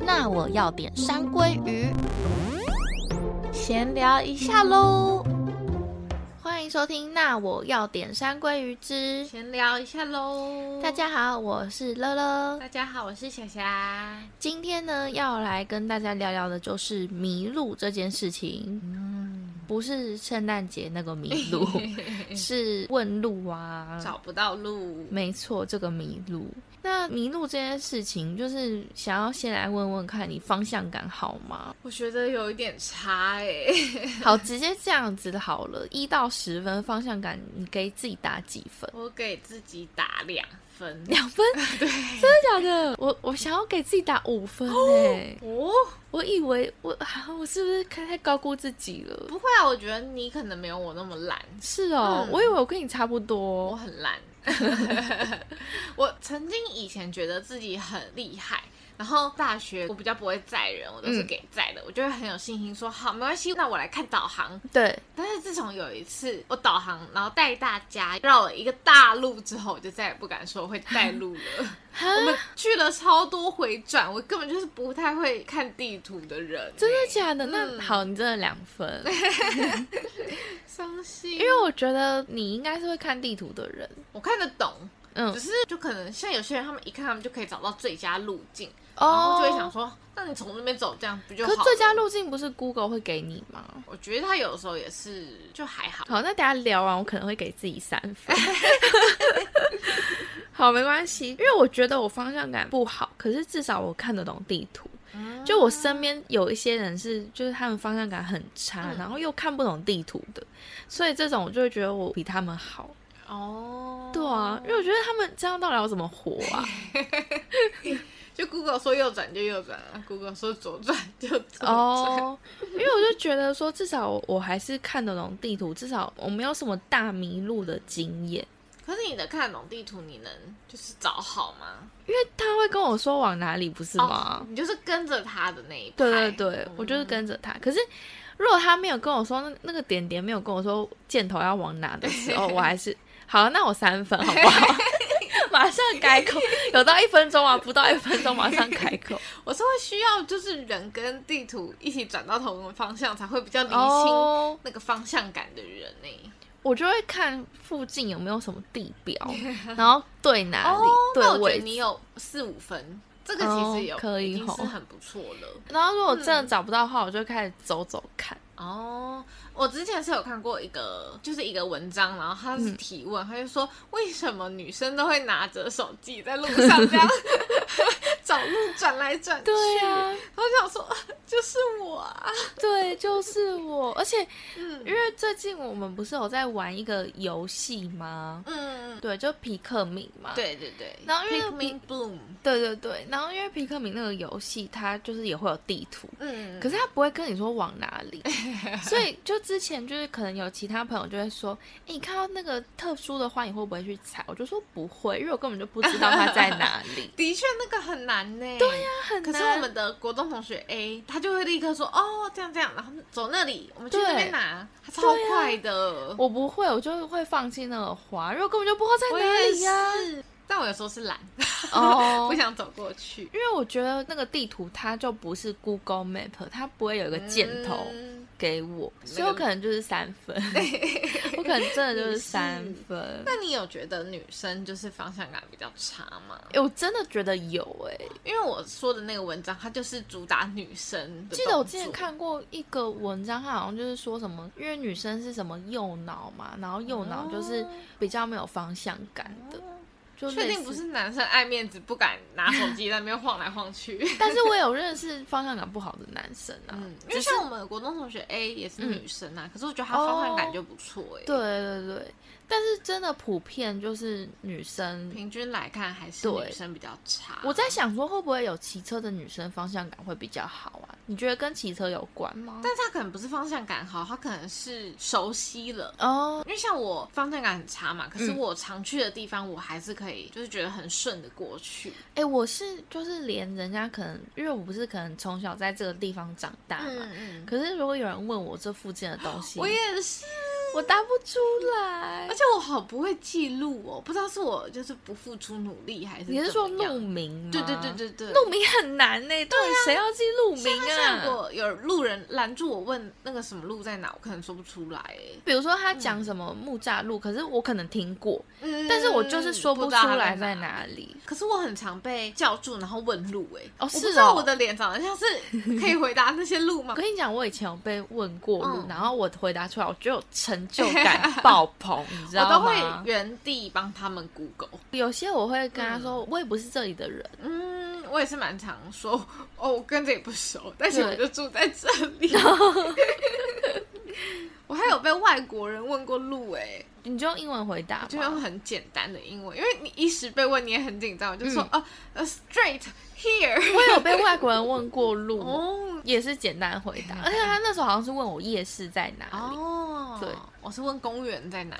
那我要点山鲑鱼。闲聊一下喽，欢迎收听。那我要点山鲑鱼之，闲聊一下喽。大家好，我是乐乐。大家好，我是霞霞。今天呢，要来跟大家聊聊的就是迷路这件事情。嗯，不是圣诞节那个迷 路，是问路啊， 找不到路，没错，这个迷路。那迷路这件事情，就是想要先来问问看你方向感好吗？ 我觉得有一点差哎、好，直接这样子好了，一到十分方向感，你给自己打几分？我给自己打两分。两分？啊对，真的假的？我我想要给自己打五分哎、哦，我以为我啊，我是不是太高估自己了？不会啊，我觉得你可能没有我那么懒，是哦，嗯我以为我跟你差不我多。很 懒。我曾经以前觉得自己很厉害。然后大学我比较不会载人，我都是嗯给载的，我就会很有信心说好没关系，那我来看导航，对，但是自从有一次我导航，然后带大家绕了一个大路之后，我就再也不敢说我会带路 了。啊我们去了超多回转，我根本就是不太会看地图的人，欸真的假的？那、嗯好，你真的两 分，伤心。因为我觉得你应该是会看地图的人。我看得懂，嗯只，是就可能像有些人，他们一看他们就可以找到最佳路径，然哦后就会想说，那你从那边走，这样不就好可是了？最佳路径不是 Google 会给你吗？我觉得他有时候也是，就还好。好，那等一下聊完，我可能会给自己三分。 好，没关系，因为我觉得我方向感不好，可是至少我看得懂地图。就我身边有一些人是，就是他们方向感很差，嗯然后又看不懂地图的，所以这种我就会觉得我比他们好。哦，对啊，因为我觉得他们这样到底要怎么活啊？就 Google 说右转就右转啊，Google 说左转就左转。哦，因为我就觉得说，至少我还是看得懂地图，至少我没有什么大迷路的经验。可是你的看得懂地图，你能就是找好吗？哦因为他会跟我说往哪里，不是吗？你就是跟着他的那一派。对对对，嗯我就是跟着他。可是如果他没有跟我说那那个点点没有跟我说箭头要往哪的时候，我还是好，那我三分好不好？ 马上改口，有到一分钟吗？不到一分钟，马上改 口。我是会需要就是人跟地图一起转到同一个方向，才会比较理清哦，那个方向感的人呢、我就会看附近有没有什么地标， 然后对哪里、哦那哦对我觉位得置你有四五分，这个其实有、哦可以已经是吼很不错了。然后如嗯果真的找不到的话，我就会开始走走看。哦，我之前是有看过一个，就是一个文章，然后他嗯是提问，他就说为什么女生都会拿着手机在路上 这样找路转来转去？对啊，我想说，就是我啊，对，就是我，而且因嗯为最近我们不是有在玩一个游戏吗？嗯，对，就皮克敏嘛。，对对对，然后因为嗯 Pick 那 me bloom，对对对。然后因为皮克敏那个游戏，它就是也会有地图，嗯，可是它不会跟你说往哪 。里，所以就之前就是可能有其他朋友就会说，诶你看到那个特殊的花，你会不会去采？我就说不会，因为我根本就不知道它在哪里的确那个很难呢，对呀，它啊很 可难。是我们的国中同学 A，他就会立刻说，哦，这样这样，然后走那里，我们去对那边拿，他超对啊快的，我不会，我就会放弃那个花，因为我根本就不知道我在哪也里呀、是，但我有时候是懒。 哦 不想走过去。因为我觉得那个地图它就不是 Google Map，它不会有一个箭头嗯给我，那个所以我可能就是三 分，我可能真的就是三分。那你有觉得女生就是方向感比较差吗？诶我真的觉得有哎、因为我说的那个文章，它就是主打女生的。记得我之前，看过一个文章，它好像就是说什么，因为女生是什么右脑嘛，然后右脑就是比较没有方向感的，就哦确类定似不是男生爱面子，不敢拿手机在那边晃来 晃去。 但是我有认识方向感不好的男生啊，嗯，因只为是嗯像我们国中同学 A 也是女生啊，可是我觉得她方向感就不错哎、对对对，但是真的普遍就是女生平均来看还是对女生比较差。我在想说，会不会有骑车的女生方向感会比较好啊？你觉得跟骑车有关吗？但是她可能不是方向感好，她可能是熟悉了。哦，因为像我方向感很差嘛，可是嗯我常去的地方，我还是可以，就是觉得很顺的过去。哎、我是就是连人家可能，因为我不是可能从小在这个地方长大嘛，嗯嗯，可是如果有人问我这附近的东西，我也是，我答不出来 而。且我好不会记录哦，不知道是我就是不付出努力还是你是说怎么样路名吗？对对对啊对对，路名很难呢、到底谁要记路名像啊？如果有路人拦住我问那个什么路在哪，我可能说不出来哎。比如说他讲什么木栅路，可是我可能听过，嗯但是我就是说不不知出道它来在。在哪里。可是我很常被叫住，然后问路哎、哦我不是知道哦我的脸长得像是可以回答那些路吗我？跟你讲，我以前有被问过路，嗯然后我回答出来，我就有成 就感爆棚，你知我道都会吗？原地帮他们 Google。有些我会跟他说，我也不是这里的人，嗯，我也是蛮常说 哦，我跟这也不熟，但是对我就住在这 里。我还有被外国人问过路哎、你就用英文回答就用嘛。很简单的英文，因为你一时被问你也很紧张，我就说嗯哦、呃 s t r a i g h t here。我有被外国人问过路， 哦也是简单回 答，而且他那时候好像是问我夜市在哪里。哦，对，我是问公园 在哪。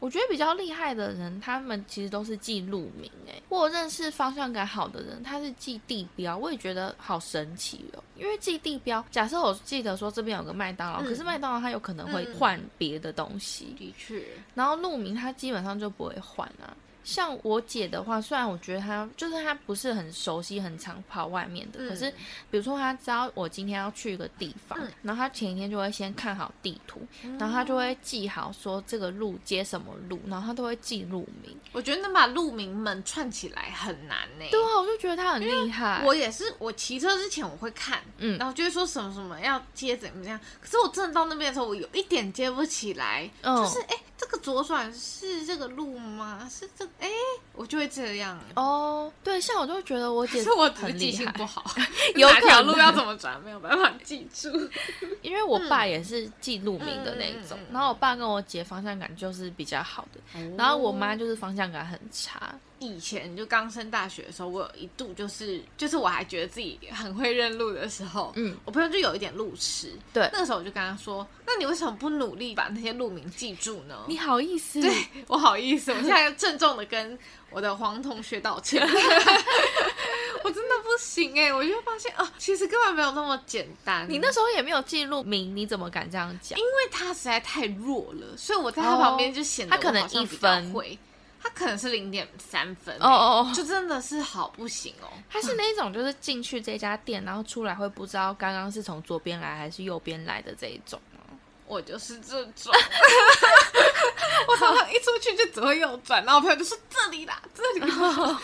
我觉得比较厉害的人，他们其实都是记路名哎、我有认识方向感好的人，他是记地标，我也觉得好神奇哦。因为记地标，假设我记得说这边有个麦当劳，嗯可是麦当劳它有可能会嗯换别的东西，的确，然后路名它基本上就不会换啊。像我姐的话，虽然我觉得她就是她不是很熟悉、很常跑外面的，嗯可是比如说她知道我今天要去一个地方，嗯然后她前一天就会先看好地图，然后她就会记好说这个路接什么路，然后她都会记路名。我觉得能把路名们串起来很难欸呢、对啊，我就觉得她很厉害。我也是，我骑车之前我会看，嗯然后就会说什么什么要接怎么样。可是我真的到那边的时候，我有一点接不起来，嗯就是哎、这个左转是这个路吗？是这哎、我就会这样。哦，对，像我就觉得我姐可是我只是很记厉性害不，好， 有哪条可能路要怎么转没有办法记住。因为我爸也是记路名的那种，嗯嗯嗯嗯然后我爸跟我姐方向感就是比较好的，然后我妈就是方向感很差，以前就刚升大学的时候，我有一度就是就是我还觉得自己很会认路的时候，嗯，我朋友就有一点路痴，对那个时候我就跟他说：“那你为什么不努力把那些路名记住呢？”你好意思？对 我好意思，我现在郑重的跟我的黄同学道 歉。我真的不行哎、我就发现哦，其实根本没有那么简单。你那时候也没有记录名，你怎么敢这样讲因？为他实在太弱了，所以我在他旁边就显得哦他可能我好像比较一分会，他可能是零点三分、欸哦哦哦就真的是好不行哦。他是那种就是进去这家店，然后出来会不知道刚刚是从左边来还是右边来的这一种吗。我就是这种， 我常常一出去就只会右转，然后我朋友就说这里啦，这里 啦，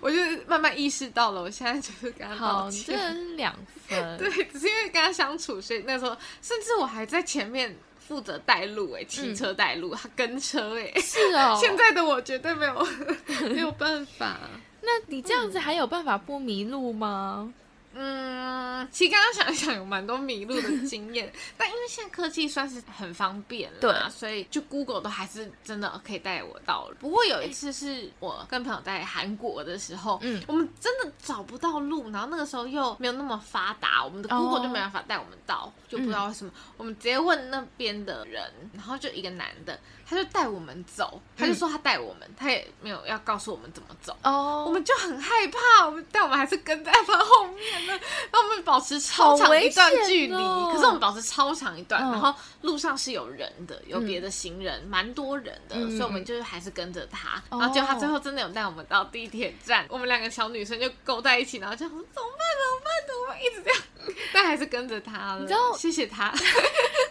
我就慢慢意识到了，我现在就是跟他道好，这歉。个是两分。对，只是因为跟他相处，所以那时候甚至我还在前面负责带路、哎，骑车带路，他跟车、哎、是哦，现在的我绝对没有 没有办法。那你这样子还有办法不迷路吗？嗯，其实刚刚想一想，有蛮多迷路的经验， 但因为现在科技算是很方便了，啊对所以就 Google 都还是真的可以带我到了。不过有一次是我跟朋友在韩国的时候，嗯我们真的找不到路，然后那个时候又没有那么发达，我们的哦嗯 Google 就没办法带我们到，就不知道为什么，我们直接问那边的人，然后就一个男的，他就带我们走，他嗯就说他带我们，他也没有要告诉我们怎么走。哦，我们就很害怕，我们但我们还是跟在他后面呢，然后我们保持超好长危一段距险离，哦可是我们保持超长一段，嗯然后路上是有人的，有别的行人，蛮多人的，嗯所以我们就是还是跟着他，哦然后结果他最后真的有带我们到地铁站，我们两个小女生就勾在一起，然后就想说怎么办怎么办怎么办，一直这样，但还是跟着他了，知道谢谢他，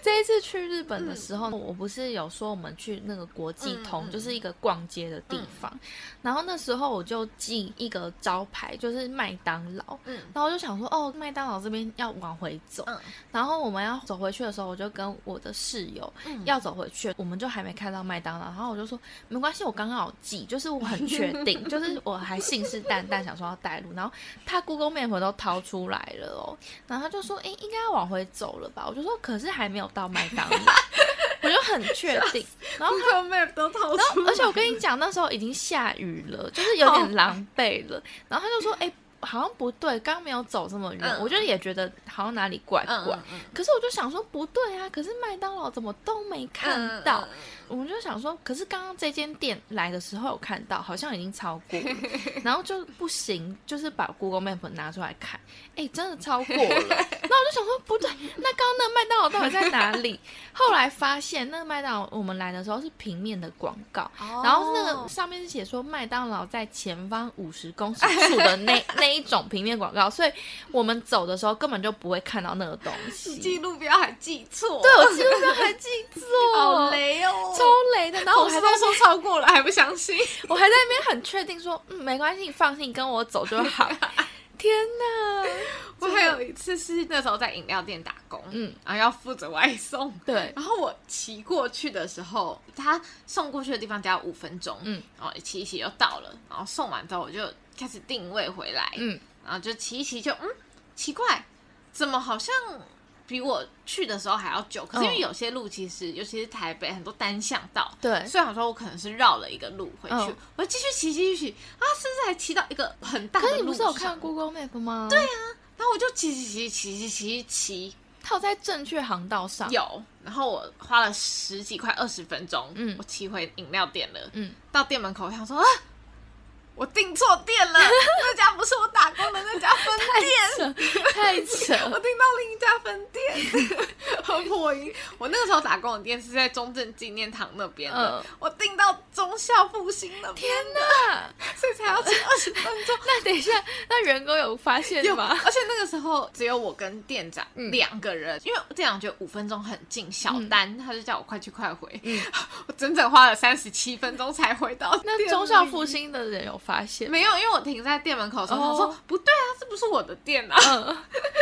这一次去日本的时候，我不是有说我们去那个国际通，嗯嗯就是一个逛街的地方。然后那时候我就记一个招牌，就是麦当劳。嗯然后我就想说，哦，麦当劳这边要往回走。嗯然后我们要走回去的时候，我就跟我的室友嗯要走回去，我们就还没看到麦当劳。然后我就说，没关系，我刚刚有记，就是我很确定，就是我还信誓旦旦想说要带路。然后他 Google Map 都掏出来了哦，然后他就说，诶，应该要往回走了吧？我就说，可是还没有到麦当劳， 我就很确定。然后 Google Map 都掏然后出来，而且我跟你讲，那时候已经下雨了，就是有好点狼狈了。然后他就说：“哎、好像不对，刚刚没有走这么远，嗯我就也觉得好像哪里怪怪。嗯嗯嗯可是我就想说不对啊，可是麦当劳怎么都没看到？嗯嗯我们就想说，可是刚刚这间店来的时候有看到，好像已经超过 了，然后就不行，就是把 Google Map 拿出来看，哎，真的超过了。那我就想说，不对，那刚刚那个麦当劳到底在哪里？后来发现，那个麦当劳我们来的时候是平面的广 告，哦然后那个上面是写说麦当劳在前方五十公尺处的 那那一种平面广告，所以我们走的时候根本就不会看到那个东你西。记录标还记错，对，我记录上还记错，好，雷哦，超雷的。然后我同还事在都说超过了，还不相信，我还在那边很确定说，嗯，没关系，你放心，你跟我走就 好。天哪， 我还有一次是那时候在饮料店打工，嗯嗯，然后要负责外送，对然后我骑过去的时候，他送过去的地方只要五分钟，嗯嗯，然后骑一骑就到了，然后送完之后我就开始定位回来，嗯，嗯，然后就骑一骑就嗯，奇怪，怎么好像比我去的时候还要久？可是因为嗯有些路其实，尤其是台北很多单向道，对，所以想说我可能是绕了一个路回去，嗯我继续骑继续骑啊，甚至还骑到一个很大的可路是你不是有看上 Google Map 吗？对啊呀、然后我就骑骑骑骑骑骑骑它有在正确航道上。有，然后我花了十几块二十分钟，嗯我骑回饮料店了，嗯，到店门口我想说啊，我订错店 了，那家不是我打工的那家分店。扯，太 扯我了。订到另一家分店， 很破音。我那个时候打工的店是在中正纪念堂那边的，嗯我订到忠孝复兴那边的，那所以才要骑二十分 钟。 那等一下，那员工有发现有吗？而且那个时候只有我跟店长嗯两个人，因为店长觉得五分钟很近，小丹、他就叫我快去快回，嗯 我整整花了三十七分钟才回到店里。那忠孝复兴的人有发现吗？没有，因为我停在店门口的时候，哦我说不对啊，这不是我的店啊。嗯，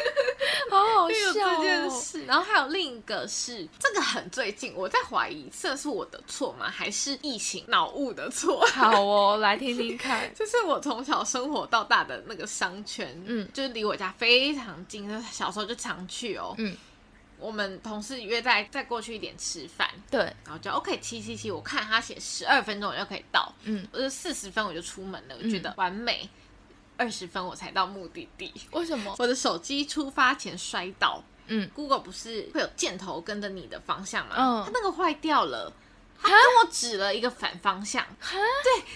好好因 为有笑、这件哦。事，然后还有另一个是，这个很最近，我在怀疑这是我的错吗？还是疫情脑雾的错？好哦，来听听看。就是我从小生活到大的那个商圈，嗯嗯，就是离我家非常近，就是小时候就常去哦。 嗯，我们同事约在再过去一点吃饭，对，然后就 OK 七七七，我看他写十二分钟我就可以到，嗯，我就四十分我就出门了，我嗯觉得完美，二十、分我才到目的地。为什么？我的手机出发前摔到嗯， ，Google 不是会有箭头跟着你的方向吗？嗯它那个坏掉了。它跟我指了一个反方向，哈，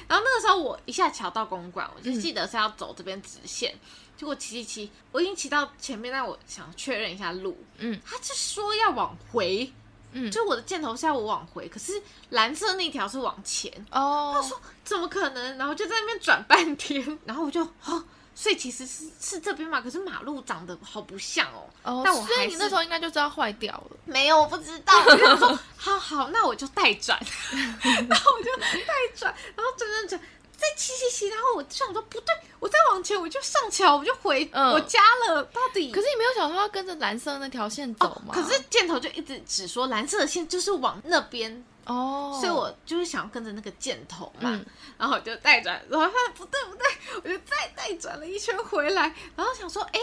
然后那个时候我一下桥到公馆，我就嗯记得是要走这边直线，结果骑骑骑，我已经骑到前面，但我想确认一下路，嗯他就说要往回，嗯，就我的箭头是要我往回，可是蓝色那条是往前，哦他，说怎么可能？然后就在那边转半天，然后我就哦，所以其实是是这边嘛，可是马路长得好不像哦，哦，但我所以还你那是时候应该就知道坏掉了。没有，我不知道。我就说好好，那我就代转， 然后我就代转，然后转转转，再骑骑骑，然后我就想说不对，我再往前我就上桥，我就回、嗯我家了，到底可是你没有想说要跟着蓝色那条线走吗？嗯哦可是箭头就一直只说蓝色的线就是往那边，哦，所以我就是想要跟着那个箭头嘛，嗯然后我就带转，然后发现不对不对，我就再带转了一圈回来，然后想说，哎，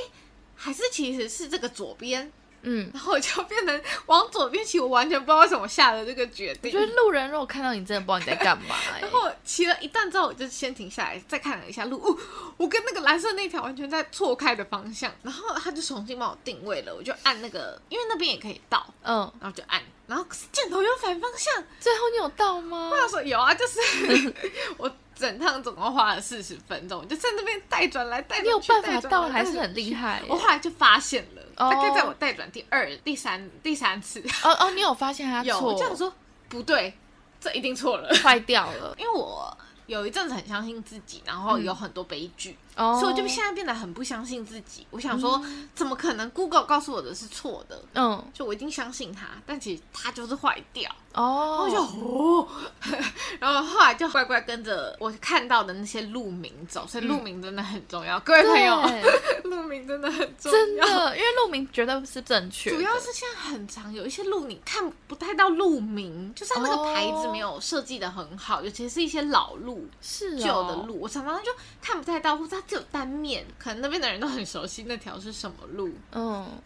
还是其实是这个左边，嗯，然后我就变成往左边骑，我完全不知道为什么下了这个决我定觉。得路人如果看到你，真的不知道你在干嘛、欸。 然后我骑了一段之后，我就先停下来，再看了一下路。哦，我跟那个蓝色那条完全在错开的方向。然后他就重新帮我定位了，我就按那个，因为那边也可以到，嗯，然后就按。然后可是箭头又反方向，最后你有到吗我？想说有啊，就是 我整趟总共花了四十分钟，我就在那边带转来带你有转去，办法带转到，来还是带转很厉害欸、我后来就发现了，哦大概在我带转第二、第三、第三次，哦哦，你有发现它有，我就想错，说不对，这一定错了， 坏掉了。因为我有一阵子很相信自己，然后有很多悲剧，嗯哦，所以我就现在变得很不相信自己。我想说，怎么可能 Google 告诉我的是错的？嗯就我已经相信它，但其实它就是坏掉。然后我就哦，哦， 然后后来就乖乖跟着我看到的那些路名走，所以路名真的很重要，各位朋友，嗯对 路名真的很重要。真的，因为路名绝对是正确的，主要是现在很常有一些路你看不太到路名，就是它那个牌子哦没有设计的很好，尤其是一些老路、是、哦、旧的，路，我常常就看不太到，或者它只有单面，可能那边的人都很熟悉那条是什么路。嗯，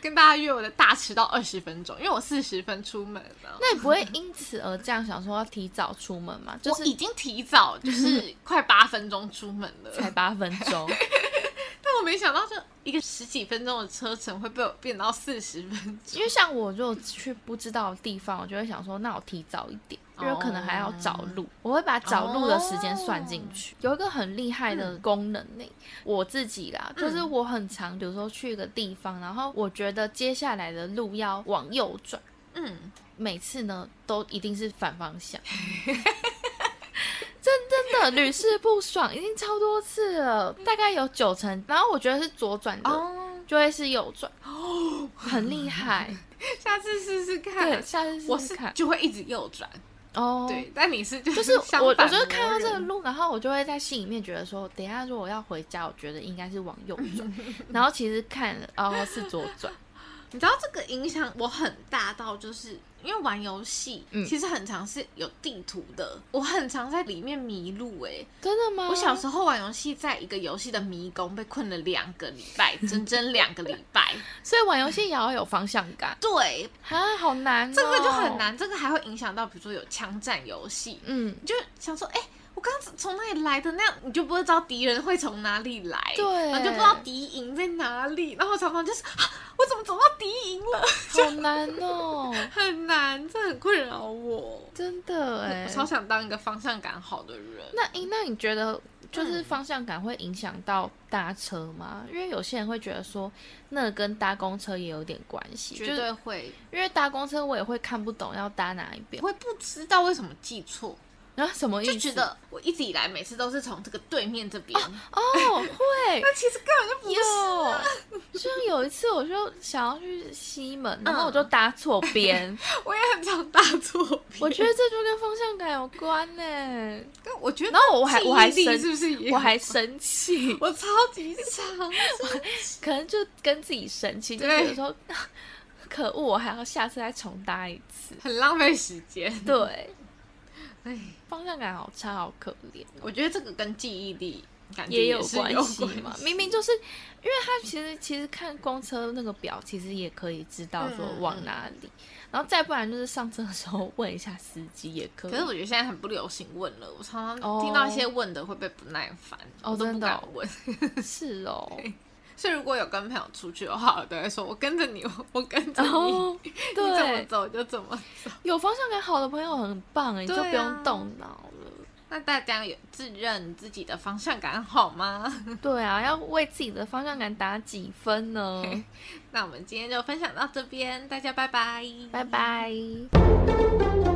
跟大家约我的大迟到二十分钟，因为我四十分出门了。那你不会因此而这样想说要提早出门吗？就我是已经提早就是 快八分钟出门了，才八分钟， 但我没想到这一个十几分钟的车程会被我变到四十分钟因。为像我如果去不知道的地方，我就会想说，那我提早一点，因为可能还要找路，我会把找路的时间算进去。有一个很厉害的功能呢、我自己啦，就是我很常，比如说去一个地方，然后我觉得接下来的路要往右转，嗯，每次呢都一定是反方向。 真真的屡试不爽，已经超多次了，大概有九成。然后我觉得是左转的，哦，就会是右转，很厉 害。下次试试对， 看。下次试试我是看就会一直右转，哦。，对，但你是就就是是我，我相反就是看到魔这个人路，然后我就会在心里面觉得说，等一下如果要回家，我觉得应该是往右转， 然后其实看了哦是左转， 你知道这个影响我很大到，就是因为玩游戏，嗯其实很常是有地图的，我很常在里面迷路、欸。真的吗？我小时候玩游戏，在一个游戏的迷宫被困了两个礼拜，整整两个礼 拜。所以玩游戏也要有方向感对，啊，好难、这个就很。难，这个还会影响到，比如说有枪战游戏，嗯，你就想说，哎、我刚刚从哪里来的？那样你就不会知道敌人会从哪里来，对然后就不知道敌营在哪里。然后常常就是，啊、我怎么走到敌营了？好难哦，很难，这很困扰我。真的哎我。超嗯想当一个方向感好的人。那诶那你觉得就是方向感会影响到搭车吗？因为有些人会觉得说，那跟搭公车也有点关系，绝就是对会，因为搭公车我也会看不懂要搭哪一边，会不知道为什么记错，然后什么意思？就觉得我一直以来每次都是从这个对面这边，哦 会但其实根本就不是。有，像有一次我就想要去西门，然后嗯我就搭错 边，我也很常搭错边，我觉得这就跟方向感有关呢、但我觉得，然后我还我还生是不是也？我还生气，我超级 常，可能就跟自己生气，就对觉得说 可恶，我还要下次再重搭一次。很浪费时间。对，哎，方向感好差，好可怜。我觉得这个跟记忆力感觉也有是关有系 关嘛。明明就是，因为他其实其实看公车那个表，其实也可以知道说嗯嗯往嗯哪里，然后再不然就是上车的时候问一下司机也可以。可是我觉得现在很不流行问了，我常哦常听到一些问的会被不耐烦，哦我都真不的敢哦问。 是哦，哎所以如果有跟朋友出去的话，我都会说我跟着你，我我跟着然你，后 你怎么哦对走就怎么走。有方向感好的朋友很棒哎，你就对不啊用动脑了。那大家有自认自己的方向感好吗？ 对啊，要为自己的方向感打几分 呢？那我们今天就分享到这边，大家拜拜，拜。拜。